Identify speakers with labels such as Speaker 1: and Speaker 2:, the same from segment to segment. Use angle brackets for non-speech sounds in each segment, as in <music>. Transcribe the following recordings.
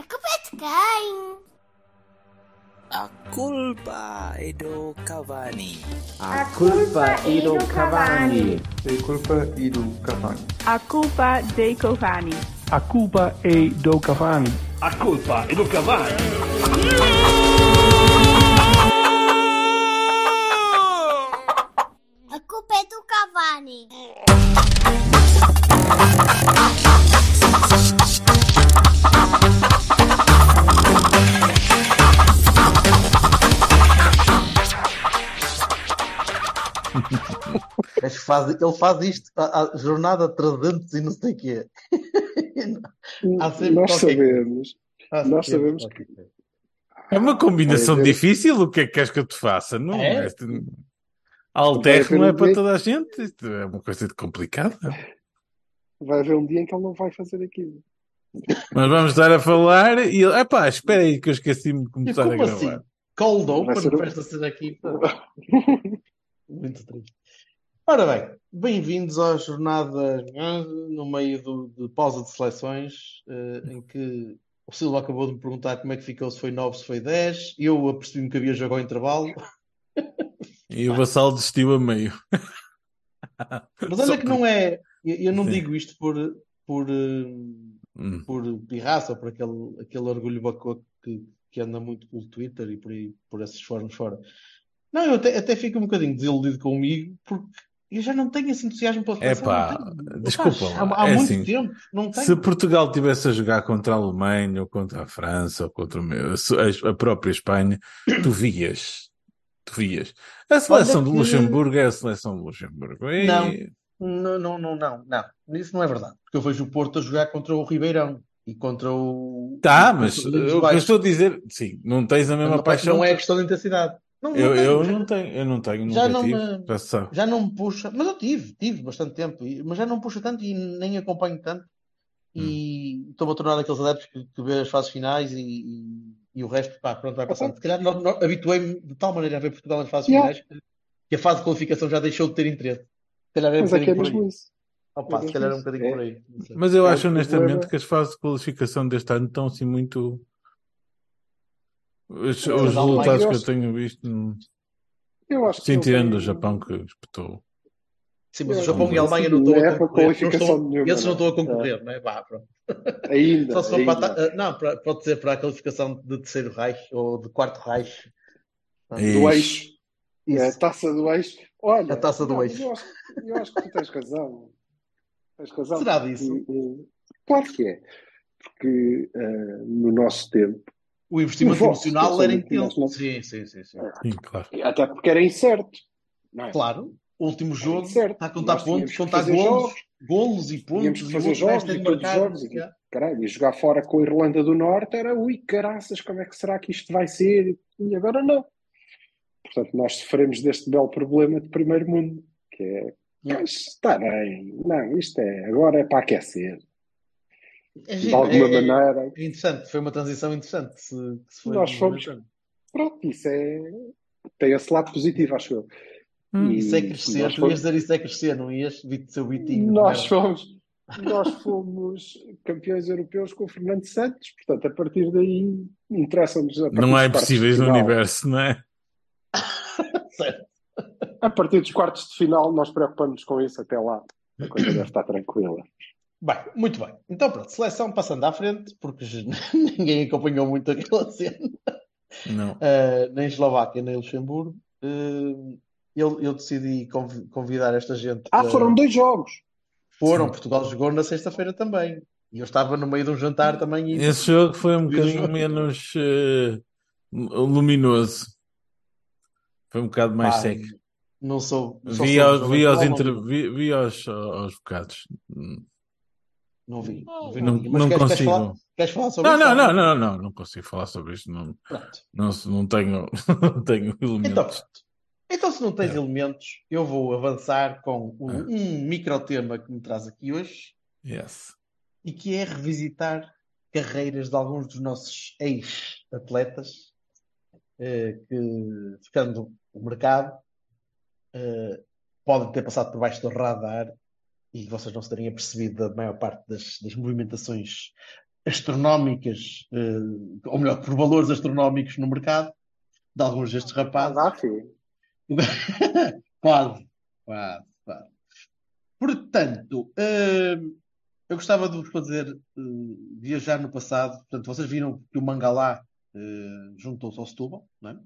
Speaker 1: é Kain.
Speaker 2: A culpa é do Cavani.
Speaker 3: A culpa é do Cavani.
Speaker 4: A culpa é do Cavani.
Speaker 5: A culpa de Cavani.
Speaker 6: A culpa é do Cavani.
Speaker 7: A culpa é do Cavani.
Speaker 1: A culpa é do Cavani.
Speaker 8: Mas faz, ele faz isto à, à jornada 300 e não sei o quê. Há sempre
Speaker 9: nós
Speaker 8: qualquer-
Speaker 9: sabemos.
Speaker 8: há
Speaker 9: nós
Speaker 8: sempre
Speaker 9: sabemos
Speaker 8: qualquer coisa.
Speaker 10: É uma combinação
Speaker 9: Vai haver-
Speaker 10: difícil, o que é que queres que eu te faça? Não
Speaker 8: É?
Speaker 10: é? Alterno não é
Speaker 9: haver um
Speaker 10: para
Speaker 9: dia-
Speaker 10: toda a gente, isto é uma coisa de complicada.
Speaker 9: Vai haver um dia em que ele não vai fazer aquilo.
Speaker 10: Mas vamos estar a falar e ele, epá, espera aí que eu esqueci-me de
Speaker 8: E
Speaker 10: começar a
Speaker 8: como
Speaker 10: gravar.
Speaker 8: assim? Cold
Speaker 9: Vai ser
Speaker 8: open
Speaker 9: um-
Speaker 8: para esta cena aqui. pô. Muito triste. Ora bem, bem-vindos à jornada ah, no meio do, de pausa de seleções, eh, em que o Silva acabou de me perguntar como é que ficou, se foi 9, se foi 10. Eu apercebi-me que havia jogo ao intervalo.
Speaker 10: E o Vassal desistiu a meio.
Speaker 8: Mas
Speaker 10: Só
Speaker 8: olha que
Speaker 10: por-
Speaker 8: não é. Eu, eu não
Speaker 10: Sim.
Speaker 8: digo isto por, por, eh,
Speaker 10: <laughs> Hum.
Speaker 8: por pirraça, por aquele, aquele orgulho bacoco que, que anda muito pelo Twitter e por aí, por esses fóruns fora. Não, eu até, até fico um bocadinho desiludido comigo porque eu já não tenho esse entusiasmo pela seleção.
Speaker 10: Epá,
Speaker 8: não tenho.
Speaker 10: desculpa
Speaker 8: Rapaz,
Speaker 10: lá,
Speaker 8: há, há
Speaker 10: é
Speaker 8: muito
Speaker 10: assim,
Speaker 8: tempo, não tenho.
Speaker 10: Se Portugal estivesse a jogar contra a Alemanha ou contra a França ou contra o meu- a, a própria Espanha, tu vias. Tu vias. A seleção
Speaker 8: Olha
Speaker 10: do
Speaker 8: que-
Speaker 10: Luxemburgo é a seleção do Luxemburgo. E-
Speaker 8: Não. Não, não, não, não, não. Isso não é verdade. Porque eu vejo o Porto a jogar contra o Ribeirão e contra o.
Speaker 10: Tá,
Speaker 8: e contra
Speaker 10: mas
Speaker 8: os Unidos
Speaker 10: eu, eu
Speaker 8: Baixos.
Speaker 10: estou a dizer, sim, não tens a mesma
Speaker 8: Não-
Speaker 10: paixão.
Speaker 8: Não é questão de intensidade. Não, não
Speaker 10: eu,
Speaker 8: tenho,
Speaker 10: eu
Speaker 8: já-
Speaker 10: não tenho, eu não tenho,
Speaker 8: Já
Speaker 10: nunca
Speaker 8: não
Speaker 10: tive.
Speaker 8: me-
Speaker 10: Já se sabe.
Speaker 8: já não me puxa, mas eu tive, tive bastante tempo, e- mas já não me puxa tanto e nem acompanho tanto. E estou-me a tornar daqueles adeptos que, que vê as fases finais e, e- e o resto, pá, pronto, vai passando. Se calhar não- não- habituei-me de tal maneira a ver Portugal nas fases
Speaker 9: Yeah.
Speaker 8: finais que- que a fase de qualificação já deixou de ter interesse. Se calhar é um
Speaker 9: Mas é que é
Speaker 8: bocadinho por
Speaker 9: mesmo
Speaker 8: aí.
Speaker 9: isso.
Speaker 8: Opa,
Speaker 9: é
Speaker 8: se calhar é um
Speaker 9: mesmo isso.
Speaker 8: bocadinho por aí. não sei.
Speaker 10: Mas eu
Speaker 9: É,
Speaker 10: acho
Speaker 9: o problema-
Speaker 10: honestamente que as fases de qualificação deste ano estão assim muito. Os,
Speaker 9: Eu
Speaker 10: os
Speaker 8: acho-
Speaker 10: resultados
Speaker 9: eu
Speaker 10: que eu
Speaker 9: acho-
Speaker 10: tenho visto, não-
Speaker 9: Eu acho que
Speaker 10: sem
Speaker 9: ele
Speaker 10: tirando
Speaker 9: tem-
Speaker 10: o Japão que espetou.
Speaker 8: Sim, mas o
Speaker 9: É,
Speaker 8: Japão e a
Speaker 10: não
Speaker 8: Alemanha
Speaker 9: é
Speaker 8: não estão a
Speaker 9: para
Speaker 8: concorrer. Não
Speaker 9: qualificação
Speaker 8: estão,
Speaker 9: nenhuma, né? É,
Speaker 8: esses não estão a
Speaker 9: não.
Speaker 8: concorrer, não é? Pá, pronto.
Speaker 9: Ainda.
Speaker 8: Só se for
Speaker 9: ainda.
Speaker 8: para a ta- eh, não, para- pode ser para a qualificação de terceiro Reich ou de quarto Reich.
Speaker 10: É
Speaker 9: Do eixo.
Speaker 8: Isso.
Speaker 9: É, a taça do eixo. Olha,
Speaker 8: A taça do
Speaker 9: não,
Speaker 8: eixo.
Speaker 9: Eu acho, eu acho que tu tens razão. Tens razão.
Speaker 8: Será disso?
Speaker 9: E, e- claro que é. Porque eh, no nosso tempo,
Speaker 8: O investimento
Speaker 9: Os votos,
Speaker 8: emocional
Speaker 9: não É.
Speaker 8: era
Speaker 9: são muito
Speaker 8: intenso.
Speaker 9: mais,
Speaker 8: Sim, sim, sim, sim.
Speaker 10: Sim, claro.
Speaker 9: até porque era incerto. Não é?
Speaker 8: Claro, o último jogo,
Speaker 9: certo.
Speaker 8: está a contar
Speaker 9: Nós tínhamos
Speaker 8: pontos,
Speaker 9: que
Speaker 8: contar
Speaker 9: fazer
Speaker 8: golos,
Speaker 9: jogos.
Speaker 8: golos e
Speaker 9: Tínhamos
Speaker 8: pontos,
Speaker 9: que
Speaker 8: e
Speaker 9: fazer
Speaker 8: golos
Speaker 9: jogos
Speaker 8: tem
Speaker 9: e todos os
Speaker 8: marcado,
Speaker 9: jogos.
Speaker 8: não sei o quê.
Speaker 9: Caralho, e jogar fora com a Irlanda do Norte era ui, caraças, como é que será que isto vai ser? E agora não. Portanto, nós sofremos deste belo problema de primeiro mundo, que é mas está bem, não, isto é, agora é para aquecer.
Speaker 8: É
Speaker 9: De
Speaker 8: giro,
Speaker 9: alguma
Speaker 8: é- é-
Speaker 9: maneira,
Speaker 8: é interessante, foi uma transição interessante. que se- que se foi
Speaker 9: Nós fomos-
Speaker 8: movimentando.
Speaker 9: pronto, isso é. Tem esse lado positivo, acho eu.
Speaker 10: Hum.
Speaker 9: E
Speaker 8: Isso é crescer,
Speaker 9: nós
Speaker 8: tu
Speaker 9: fomos-
Speaker 8: ias dizer isso é crescer, não ias? Vi-te seu bitinho.
Speaker 9: Nós
Speaker 8: não. é?
Speaker 9: fomos, nós fomos campeões europeus com o Fernando Santos, portanto, a partir daí interessam-nos. a partir
Speaker 10: Não
Speaker 9: dos
Speaker 10: há
Speaker 9: quartos de
Speaker 10: impossíveis no
Speaker 9: final.
Speaker 10: universo, não é?
Speaker 8: Certo.
Speaker 9: A partir dos quartos de final, nós preocupamos-nos com isso até lá. A coisa deve estar tranquila.
Speaker 8: Bem, muito bem. Então pronto, seleção passando à frente, porque <laughs> ninguém acompanhou muito aquela cena.
Speaker 10: Não.
Speaker 8: Uh, nem Eslováquia, nem Luxemburgo. Uh, eu, eu decidi conv- convidar esta gente.
Speaker 9: Ah,
Speaker 10: É.
Speaker 8: para-
Speaker 9: foram dois jogos.
Speaker 8: Foram,
Speaker 10: Sim.
Speaker 8: Portugal jogou na sexta-feira também. E eu estava no meio de um jantar também. E...
Speaker 10: Hum. Esse jogo foi um
Speaker 8: Esse
Speaker 10: bocadinho
Speaker 8: jogo.
Speaker 10: menos eh, luminoso. Foi um bocado mais
Speaker 8: Pá,
Speaker 10: seco.
Speaker 8: Não sou. não sou
Speaker 10: Vi,
Speaker 8: sobre
Speaker 10: ao-
Speaker 8: jogo
Speaker 10: vi aos,
Speaker 8: atual,
Speaker 10: inter...
Speaker 8: não-
Speaker 10: vi, vi aos, aos bocados. Hum,
Speaker 8: Não vi. Não, vi,
Speaker 10: Não,
Speaker 8: vi. Mas
Speaker 10: não
Speaker 8: queres,
Speaker 10: consigo.
Speaker 8: Queres falar, queres falar sobre
Speaker 10: Não,
Speaker 8: isso?
Speaker 10: não, não, não, não, não consigo falar sobre isto. Não,
Speaker 8: Pronto.
Speaker 10: não, não tenho, <laughs> não tenho
Speaker 8: Então,
Speaker 10: elementos.
Speaker 8: pronto. Então, se não tens
Speaker 10: É.
Speaker 8: elementos, eu vou avançar com o-
Speaker 10: Ah.
Speaker 8: um micro tema que me traz aqui hoje
Speaker 10: Yes.
Speaker 8: e que é revisitar carreiras de alguns dos nossos ex-atletas eh, que, ficando o mercado, eh, podem ter passado por baixo do radar e vocês não se terem apercebido da maior parte das, das movimentações astronómicas, eh, ou melhor, por valores astronómicos no mercado, de alguns destes rapazes.
Speaker 9: Gaddafi.
Speaker 8: <laughs> Quase, quase, quase. Portanto, hum, eu gostava de vos fazer hum, viajar no passado. Portanto, vocês viram que o Mangalá hum, juntou-se ao Setúbal, não é?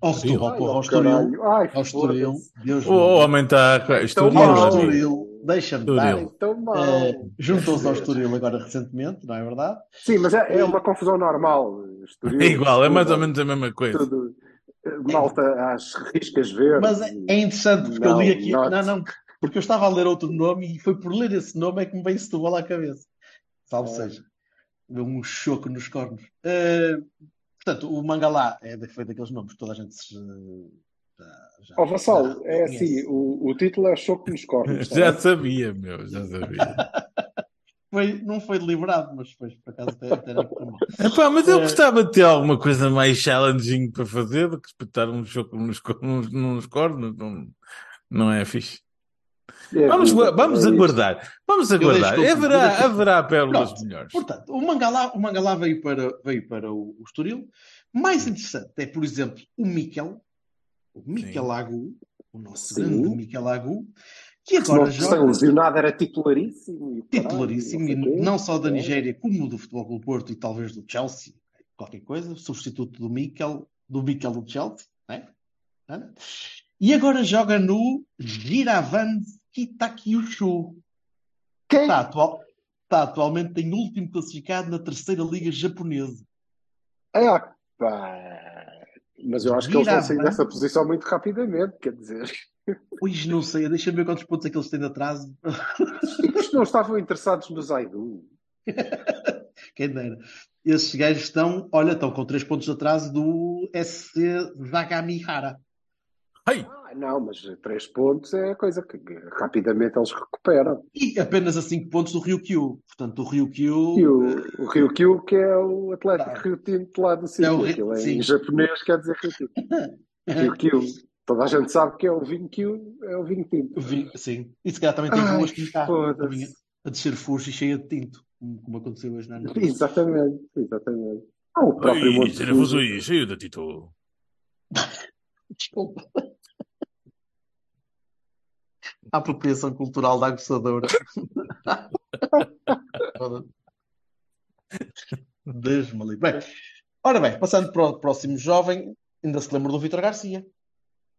Speaker 8: Ao Setúbal,
Speaker 9: Ai,
Speaker 8: porra, ao
Speaker 9: oh,
Speaker 10: um.
Speaker 8: Estoril.
Speaker 9: caralho. Ai,
Speaker 8: Ao Estoril.
Speaker 9: foda-se.
Speaker 8: Deus
Speaker 10: O
Speaker 8: me livre.
Speaker 10: homem tá está. Estou
Speaker 9: Então,
Speaker 8: Ao
Speaker 9: mal.
Speaker 8: Estoril, deixa-me estar.
Speaker 10: oh, Estoril.
Speaker 9: Tão mal.
Speaker 8: Eh,
Speaker 10: É.
Speaker 8: juntou-se ao Estoril agora recentemente, não é verdade?
Speaker 9: Sim, mas é, é uma confusão normal. Estoril,
Speaker 10: É igual, é mais ou
Speaker 9: Setúbal,
Speaker 10: menos a mesma coisa.
Speaker 9: tudo. eh, Malta às riscas verdes.
Speaker 8: Mas é é interessante porque eu
Speaker 9: Não,
Speaker 8: li aqui.
Speaker 9: not.
Speaker 8: Não, não, porque eu estava a ler outro nome e foi por ler esse nome é que me veio Setúbal à cabeça. Salve
Speaker 9: É.
Speaker 8: seja. Deu um choco nos cornos. Ah, portanto, o Mangalá é, da- foi daqueles nomes que toda a gente se. Já, já,
Speaker 9: Ó, Vassal,
Speaker 8: já
Speaker 9: é
Speaker 8: conhece.
Speaker 9: assim, o, o título é Choco nos Cornos. tá
Speaker 10: <laughs> Já
Speaker 9: bem?
Speaker 10: sabia, meu, já sabia.
Speaker 8: Foi, não foi deliberado, mas foi por acaso até, até era por mal.
Speaker 10: Epá, mas eu
Speaker 8: É.
Speaker 10: gostava de ter alguma coisa mais challenging para fazer do que espetar um choco nos, cor- nos, nos cornos. Não, não é fixe.
Speaker 9: É
Speaker 10: Vamos,
Speaker 9: vida,
Speaker 10: gua- vamos
Speaker 9: é isso.
Speaker 10: aguardar. Vamos aguardar.
Speaker 8: deixo tudo, eu
Speaker 10: Haverá,
Speaker 8: deixo tudo.
Speaker 10: haverá pérolas
Speaker 8: Pronto.
Speaker 10: melhores.
Speaker 8: Portanto, o Mangalá, o Mangalá veio para, veio para o, o Estoril. Mais interessante é, por exemplo, o Miquel, o Miquel Agu, o nosso
Speaker 9: Sim.
Speaker 8: grande Miquel Agu, que
Speaker 9: Se não
Speaker 8: agora
Speaker 9: fosse
Speaker 8: joga
Speaker 9: lesionado, era titularíssimo. e o caralho,
Speaker 8: titularíssimo,
Speaker 9: sei
Speaker 8: e
Speaker 9: quê.
Speaker 8: não só da
Speaker 9: É.
Speaker 8: Nigéria, como do Futebol Clube do Porto e talvez do Chelsea, qualquer coisa, substituto do Miquel, do Miquel do Chelsea, né? Né? E agora joga no Giravand Kitakyushu.
Speaker 9: Quem?
Speaker 8: Está, atual, está atualmente em último classificado na terceira liga japonesa.
Speaker 9: Ah, pá. Mas eu acho que eles vão sair
Speaker 8: Virava.
Speaker 9: dessa posição muito rapidamente, quer dizer. <laughs>
Speaker 8: Pois não sei, deixa-me ver quantos pontos é que eles têm de atraso. <laughs>
Speaker 9: Eles não estavam interessados no Zaidu.
Speaker 8: Quem dera. Esses gajos estão, olha, estão com 3 pontos de atraso do SC Zagamihara.
Speaker 9: Ah, não, mas três pontos é coisa que rapidamente eles recuperam.
Speaker 8: E apenas a 5 pontos do Rio Q. Portanto, o Rio
Speaker 9: E
Speaker 8: Q.
Speaker 9: o, o Rio Kyu, que é o Atlético
Speaker 8: Tá.
Speaker 9: Rio Tinto lá do sítio,
Speaker 8: É o Ri-
Speaker 9: aquilo é
Speaker 8: sim.
Speaker 9: em japonês quer dizer Rio Tinto.
Speaker 8: eh,
Speaker 9: Rio
Speaker 8: <laughs>
Speaker 9: Kyu, toda a gente sabe que é o vinho Kyu, é o vinho tinto.
Speaker 8: Vi- Sim. E se calhar também tem
Speaker 9: Ai,
Speaker 8: ruas como cá.
Speaker 9: foda-se.
Speaker 8: A, minha, a descer furjo e cheia de tinto. Como como aconteceu hoje na noite.
Speaker 9: Exatamente, exatamente. Ah, o próprio Monte Fuji.
Speaker 10: cheio de título.
Speaker 8: Desculpa. A apropriação cultural da aguçadora. Deus-me livre. Bem, ora bem, passando para o próximo jovem, ainda se lembra do Vitor Garcia,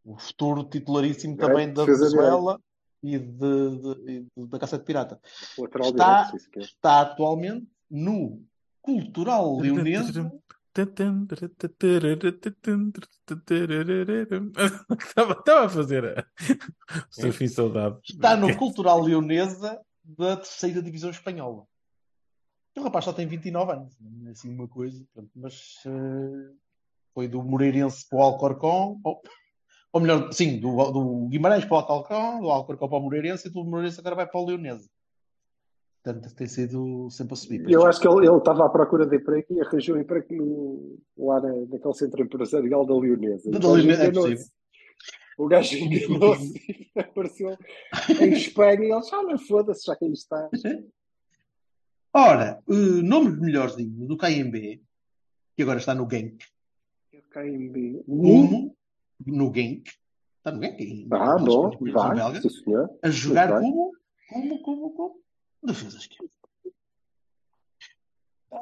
Speaker 8: o futuro titularíssimo
Speaker 9: Grande
Speaker 8: também da
Speaker 9: defesa dele.
Speaker 8: Venezuela e, de- de- e de- da Caça de Pirata.
Speaker 9: Lateral
Speaker 8: Está-
Speaker 9: direito, sim, senhor.
Speaker 8: Está atualmente no Cultural Leonense.
Speaker 10: <laughs> Estava, estava a fazer a... <laughs> o surfim saudade.
Speaker 8: Está no Cultural Leonesa da terceira divisão espanhola. O rapaz só tem 29 anos, não é assim uma coisa, portanto, mas eh, foi do Moreirense para o Alcorcón, ou, ou melhor, sim, do, do Guimarães para o Alcorcón, do Alcorcón para o Moreirense e do Moreirense agora vai para o Leonesa. Portanto, tem sido sempre a subir.
Speaker 9: Eu acho que ele, ele estava à procura de emprego e arranjou um emprego no, lá na, naquele centro empresarial da Leonesa.
Speaker 8: Da
Speaker 9: O gajo
Speaker 8: Leonesa, é
Speaker 9: enganou-se.
Speaker 8: possível.
Speaker 9: O gajo enganou-se e <laughs> apareceu em Espanha e eles, olha, foda-se, já que aí está.
Speaker 8: Ora, eh, nomes melhorzinhos do KMB, que agora está no Genk,
Speaker 9: Eu caí em B.
Speaker 8: como no Genk, está no Genk, em-
Speaker 9: Ah,
Speaker 8: na
Speaker 9: bom,
Speaker 8: competição
Speaker 9: vai,
Speaker 8: é belga.
Speaker 9: sim senhor.
Speaker 8: a jogar
Speaker 9: Muito bem.
Speaker 8: como? Como, como, como? é. Defesa esquerda.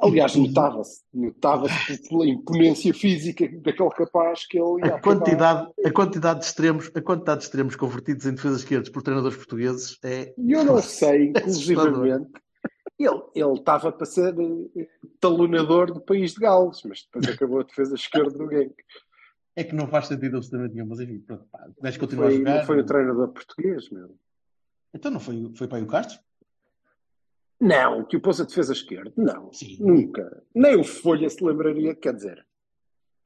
Speaker 9: Aliás, notava-se, notava-se pela imponência física daquele capaz que ele ia
Speaker 8: A quantidade, a quantidade de extremos, a quantidade de extremos convertidos em defesas esquerdas por treinadores portugueses é
Speaker 9: E eu não sei,
Speaker 8: assustador.
Speaker 9: inclusivamente, ele, ele estava para ser eh, talonador do país de Gales, mas depois acabou a defesa esquerda do Genk.
Speaker 8: é que não faz sentido absolutamente nenhum, mas enfim, pronto, pá, o gajo continua a
Speaker 9: Foi,
Speaker 8: jogar.
Speaker 9: não foi o treinador português, meu.
Speaker 8: Então não foi, foi para aí o Castro?
Speaker 9: Não, que o pôs a defesa esquerda, não.
Speaker 8: Sim.
Speaker 9: Nunca. Nem o Folha se lembraria, quer dizer.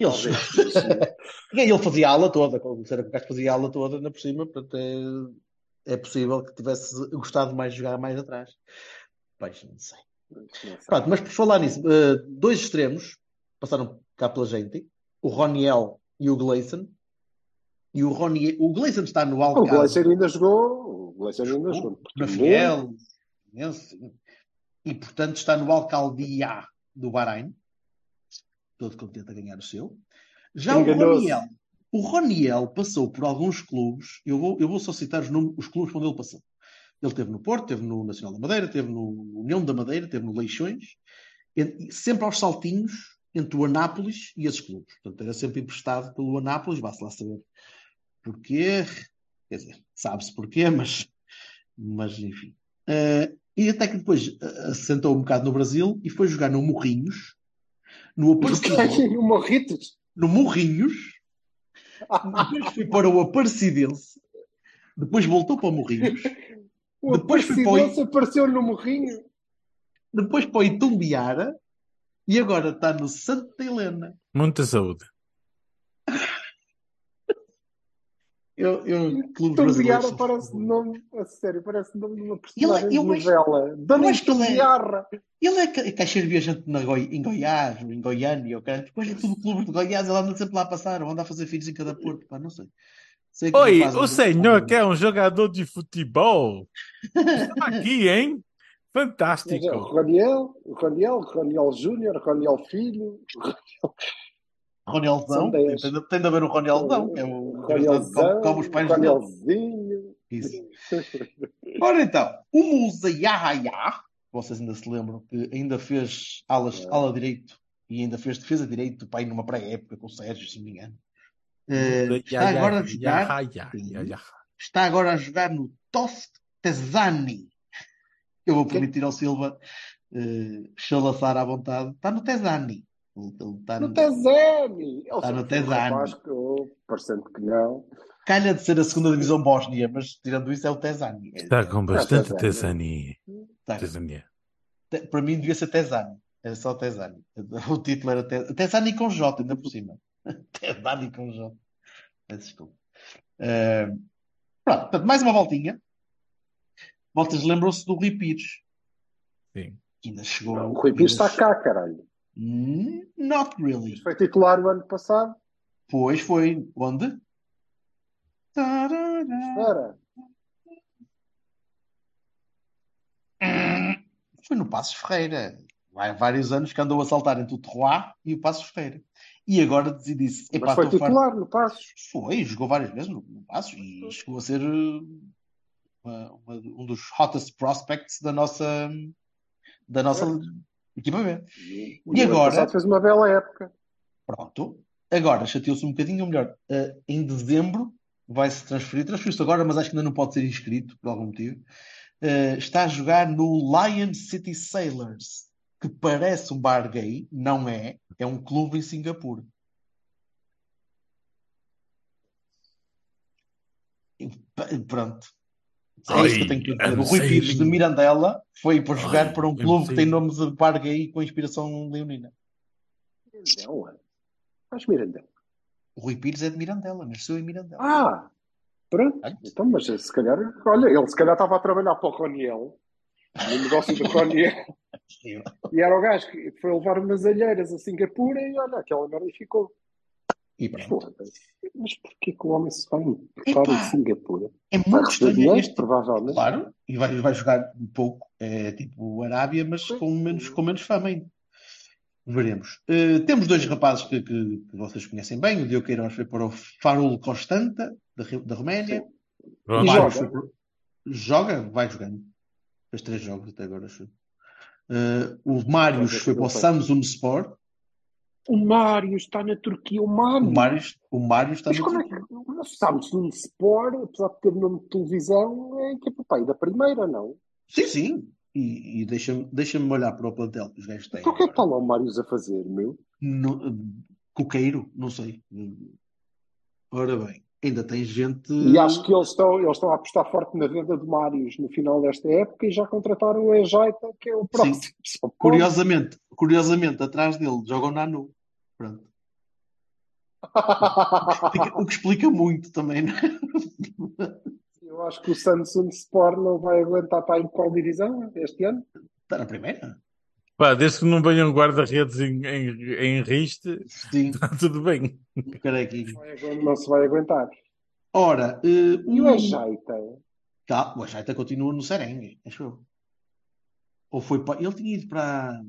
Speaker 8: <laughs> Ele,
Speaker 9: talvez, mas, eh,
Speaker 8: ele fazia a ala toda, como será que o Castro fazia a ala toda na por cima, portanto é, é possível que tivesse gostado mais de jogar mais atrás. Pois, não sei.
Speaker 9: não sei.
Speaker 8: Pronto, mas por falar nisso, eh, dois extremos passaram cá pela gente, o Roniel e o Gleison. E o Roniel, o Gleison está no
Speaker 9: O
Speaker 8: Alcázar,
Speaker 9: Gleiser ainda jogou. O Gleiser ainda jogou.
Speaker 8: na Fiel, Fluminense, e, portanto, está no Alcaldia do Bahrein, todo contente a ganhar o seu. Já o
Speaker 9: Enganou-se.
Speaker 8: Roniel, o Roniel passou por alguns clubes, eu vou, eu vou só citar os, nome- os clubes onde ele passou. Ele teve no Porto, teve no Nacional da Madeira, teve no União da Madeira, teve no Leixões, e- e sempre aos saltinhos entre o Anápolis e esses clubes. Portanto, era sempre emprestado pelo Anápolis, vá-se lá saber porquê, quer dizer, sabe-se porquê, <laughs> mas, mas enfim. Eh, e até que depois eh, assentou um bocado no Brasil e foi jogar no Morrinhos, no Aparecidense,
Speaker 9: o Morritos.
Speaker 8: no Morrinhos, depois foi para o Aparecidense, depois voltou para o Morrinhos,
Speaker 9: O
Speaker 8: Depois fui para o-
Speaker 9: Aparecidense apareceu no Morrinho.
Speaker 8: depois para o Itumbiara e agora está no Santa Helena.
Speaker 10: Muita saúde.
Speaker 8: Eu, eu, clube brasileiro.
Speaker 9: Tumbiara parece nome, a sério, parece nome de uma personagem
Speaker 8: Ele- é- eu
Speaker 9: de
Speaker 8: acho-
Speaker 9: novela. Dona
Speaker 8: eu acho que ele é-
Speaker 9: Tumbiara.
Speaker 8: Ele é ca- caixeiro viajante na Goi- em Goiás, ou em Goiânia, ou caralho. Depois é tudo clube de Goiás, ele anda sempre lá a passar, ou anda a fazer filhos em cada porto, pá, não sei. Sei que
Speaker 10: Oi,
Speaker 8: faz-
Speaker 10: o senhor que é um jogador de futebol? Está aqui, hein?
Speaker 9: Mas é o
Speaker 10: Fantástico.
Speaker 9: Roniel, o Roniel, o Roniel Júnior, o Roniel Filho,
Speaker 8: Ronaldão,
Speaker 9: São dez.
Speaker 8: tem, de- tem de haver o Ronaldão, que é o
Speaker 9: o
Speaker 8: engraçado, como,
Speaker 9: Ronielzão,
Speaker 8: como os pais
Speaker 9: o Ronielzinho.
Speaker 8: dele. Isso. Ora então, o Musa Yahaya, vocês ainda se lembram que ainda fez
Speaker 9: É.
Speaker 8: alas, ala direito e ainda fez defesa direito do pai numa pré-época com o Sérgio, se não me engano. Eh, está agora a jogar. está agora a jogar no Tosctesani. Eu vou permitir ao Silva eh, chalaçar à vontade. Está no Tesani. Ele- ele está
Speaker 9: No
Speaker 8: no-
Speaker 9: Tezani. Ele
Speaker 8: Está Ah, no
Speaker 9: sempre foi um
Speaker 8: Tezani.
Speaker 9: rapaz que eu, Parecendo que não.
Speaker 8: Calha de ser a segunda divisão bósnia, mas tirando isso é o Tesani. É-
Speaker 10: Está com bastante
Speaker 9: Não, tá
Speaker 10: tesania.
Speaker 8: tá.
Speaker 10: Tesania.
Speaker 8: Te- Para mim devia ser Tesani. Era só Tesani. <laughs> O título era Te- Tesani com J, ainda por cima. <laughs> Tesani com J. Peço Desculpa. Eh, pronto, portanto, mais uma voltinha. Vocês lembram-se do Rui Pires.
Speaker 10: Sim.
Speaker 8: Que ainda chegou.
Speaker 9: O Rui Pires está cá, caralho.
Speaker 8: Hum, Not really.
Speaker 9: Foi titular o ano passado.
Speaker 8: Pois foi. Onde? Tarará.
Speaker 9: Espera.
Speaker 8: Foi no Passos Ferreira. Há vários anos que andou a saltar entre o Terroir e o Passos Ferreira. E agora decidiu-se.
Speaker 9: Mas
Speaker 8: "Epá,
Speaker 9: foi
Speaker 8: estou farto."
Speaker 9: titular no Passos.
Speaker 8: Foi, jogou várias vezes no, no Passos e chegou a ser uh, uma- uma- um dos hottest prospects da nossa, da nossa equipa B.
Speaker 9: E,
Speaker 8: E agora?
Speaker 9: Ano passado fez uma bela época.
Speaker 8: Pronto. Agora, chateou-se um bocadinho, ou melhor, eh, em dezembro vai-se transferir. Transferiu-se agora, mas acho que ainda não pode ser inscrito, por algum motivo. Eh, está a jogar no Lion City Sailors, que parece um bar gay, não é. É um clube em Singapura. E pa- Pronto. É isso que eu tenho que dizer. O Rui Pires de Mirandela foi para jogar para um clube que tem nome de bar gay com inspiração leonina.
Speaker 9: Mirandela. Mas Mirandela.
Speaker 8: O Rui Pires é de Mirandela, nasceu em Mirandela.
Speaker 9: Ah! Pronto.
Speaker 8: É?
Speaker 9: Então, mas se calhar. Olha, ele se calhar estava a trabalhar para o Roniel. No negócio do Roniel. E era o gajo que foi levar umas alheiras a Singapura e olha, aquela merda ficou.
Speaker 8: E pronto.
Speaker 9: Pô, mas porquê que o homem se vai importar
Speaker 8: Epá.
Speaker 9: em Singapura?
Speaker 8: É
Speaker 9: Vai
Speaker 8: muito
Speaker 9: receber
Speaker 8: estranho
Speaker 9: dinheiro,
Speaker 8: este,
Speaker 9: provavelmente.
Speaker 8: claro, e vai, vai jogar um pouco, é tipo Arábia, mas com menos, com menos fama ainda. Veremos. Eh, temos dois rapazes que, que- que vocês conhecem bem, o Diogo Queiroz foi para o Farul Constanta, da, Ru- da Roménia,
Speaker 10: Pronto.
Speaker 8: e
Speaker 9: Vai.
Speaker 8: Jorge foi para- joga, vai jogando. Fez três jogos até agora, acho. Eh, o Marius
Speaker 9: Joga,
Speaker 8: foi para o
Speaker 9: não sei.
Speaker 8: Samsun Sport,
Speaker 9: O Mário está na Turquia. O Mário.
Speaker 8: o Marius, o Marius está
Speaker 9: Mas
Speaker 8: no
Speaker 9: como é que o Samsung Sport, apesar de ter nome de televisão, é que é papai da primeira, não?
Speaker 8: Sim, sim. E, e deixa-me deixa-me olhar para o plantel que os gajos têm.
Speaker 9: Então o que é que
Speaker 8: agora.
Speaker 9: está lá o Mários a fazer, meu?
Speaker 8: No- coqueiro, não sei. Ora bem, ainda tem gente.
Speaker 9: E acho que eles estão, eles estão a apostar forte na venda do Mários no final desta época e já contrataram o Ejaita, que é o próximo. Só pode.
Speaker 8: Curiosamente, curiosamente, atrás dele joga o Nanu. Pronto. O que explica muito também, não é?
Speaker 9: <laughs> Eu acho que o Samsung Sport não vai aguentar estar em qual divisão este ano?
Speaker 8: Está Tá na primeira?
Speaker 10: Pá, desde que não venham guarda-redes em, em, em riste, <laughs>
Speaker 8: Sim,
Speaker 10: está tudo bem.
Speaker 8: espera aqui.
Speaker 9: Não vai aguentar- Não se vai aguentar.
Speaker 8: Ora, eh,
Speaker 9: E o
Speaker 8: o-
Speaker 9: Ejaita?
Speaker 8: Tá, o Ajaita continua no Serengue, acho eu. Ou foi para. Ele tinha ido para,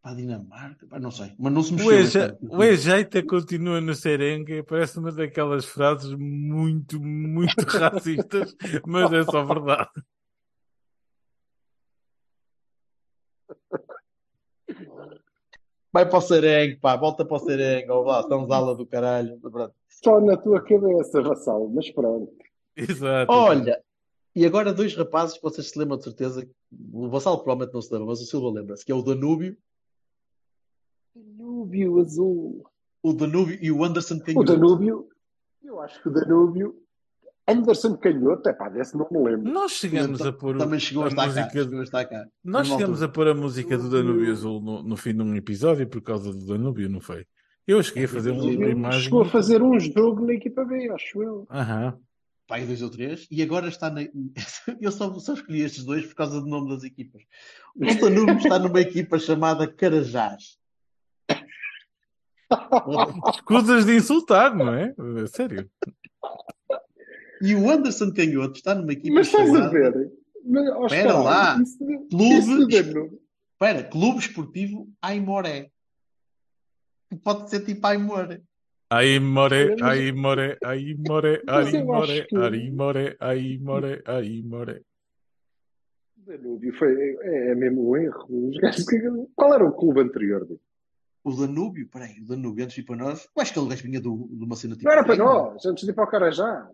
Speaker 8: para a Dinamarca, pá, não sei, mas não se
Speaker 10: O Eje-
Speaker 8: mexeu.
Speaker 10: o Ejeita continua no Serengue, parece uma daquelas frases muito, muito <laughs> racistas, mas é só verdade.
Speaker 11: Vai para o Serengue, pá, volta para o Serengue, ou lá, estamos ala do caralho.
Speaker 8: é
Speaker 11: Pronto.
Speaker 9: Só na tua cabeça, Vassal, mas pronto.
Speaker 10: Exato.
Speaker 11: Olha, e agora dois rapazes que vocês se lembram de certeza, que- o Vassal provavelmente não se lembra, mas o Silva lembra-se, que é o Danúbio,
Speaker 9: Danúbio azul.
Speaker 8: O Danúbio e o Anderson
Speaker 9: O
Speaker 8: Canhoto.
Speaker 9: Danúbio, eu acho que o Danúbio. Anderson Canhoto, é pá, desse não me lembro.
Speaker 10: Nós chegamos a pôr o-
Speaker 8: Também chegou a
Speaker 10: a
Speaker 8: estar cá.
Speaker 10: música
Speaker 8: Chegou a estar cá.
Speaker 10: Nós
Speaker 8: Numa
Speaker 10: chegamos
Speaker 8: altura.
Speaker 10: a pôr a música do Danúbio Azul no, no fim de um episódio por causa do Danúbio, não foi? Eu cheguei a fazer um- uma
Speaker 9: Ele
Speaker 10: imagem.
Speaker 9: Chegou a fazer um jogo na equipa B, acho eu.
Speaker 10: Aham.
Speaker 8: Pai, dois ou três. E agora está na. <laughs> Eu só, só escolhi estes dois por causa do nome das equipas. O Danúbio está numa equipa chamada
Speaker 9: <laughs>
Speaker 8: Carajás.
Speaker 10: Escusas de insultar, não é? É Sério.
Speaker 8: E o Anderson Canhoto está numa equipa
Speaker 9: Mas estás a
Speaker 8: chamada.
Speaker 9: ver? Mas, ó,
Speaker 8: Espera
Speaker 9: caralho,
Speaker 8: lá.
Speaker 9: Isso, isso é
Speaker 8: Clube.
Speaker 9: de Danúbio.
Speaker 8: Espera, Clube Esportivo Aimoré. Que Pode ser tipo Aimoré.
Speaker 10: Aí more,
Speaker 9: Mas-
Speaker 10: aí more, aí more,
Speaker 9: Mas eu
Speaker 10: aí
Speaker 9: acho
Speaker 10: more,
Speaker 9: que-
Speaker 10: aí more, aí more, aí more.
Speaker 9: Danúbio foi, é, é mesmo um erro. Os gajos que- Qual era o clube anterior dele?
Speaker 8: O Danúbio, peraí, o Danúbio, antes de ir para nós, eu acho que ele gajo vinha do- de uma cena tipo.
Speaker 9: Não era para
Speaker 8: Aimoré.
Speaker 9: nós, antes de ir para o Carajás.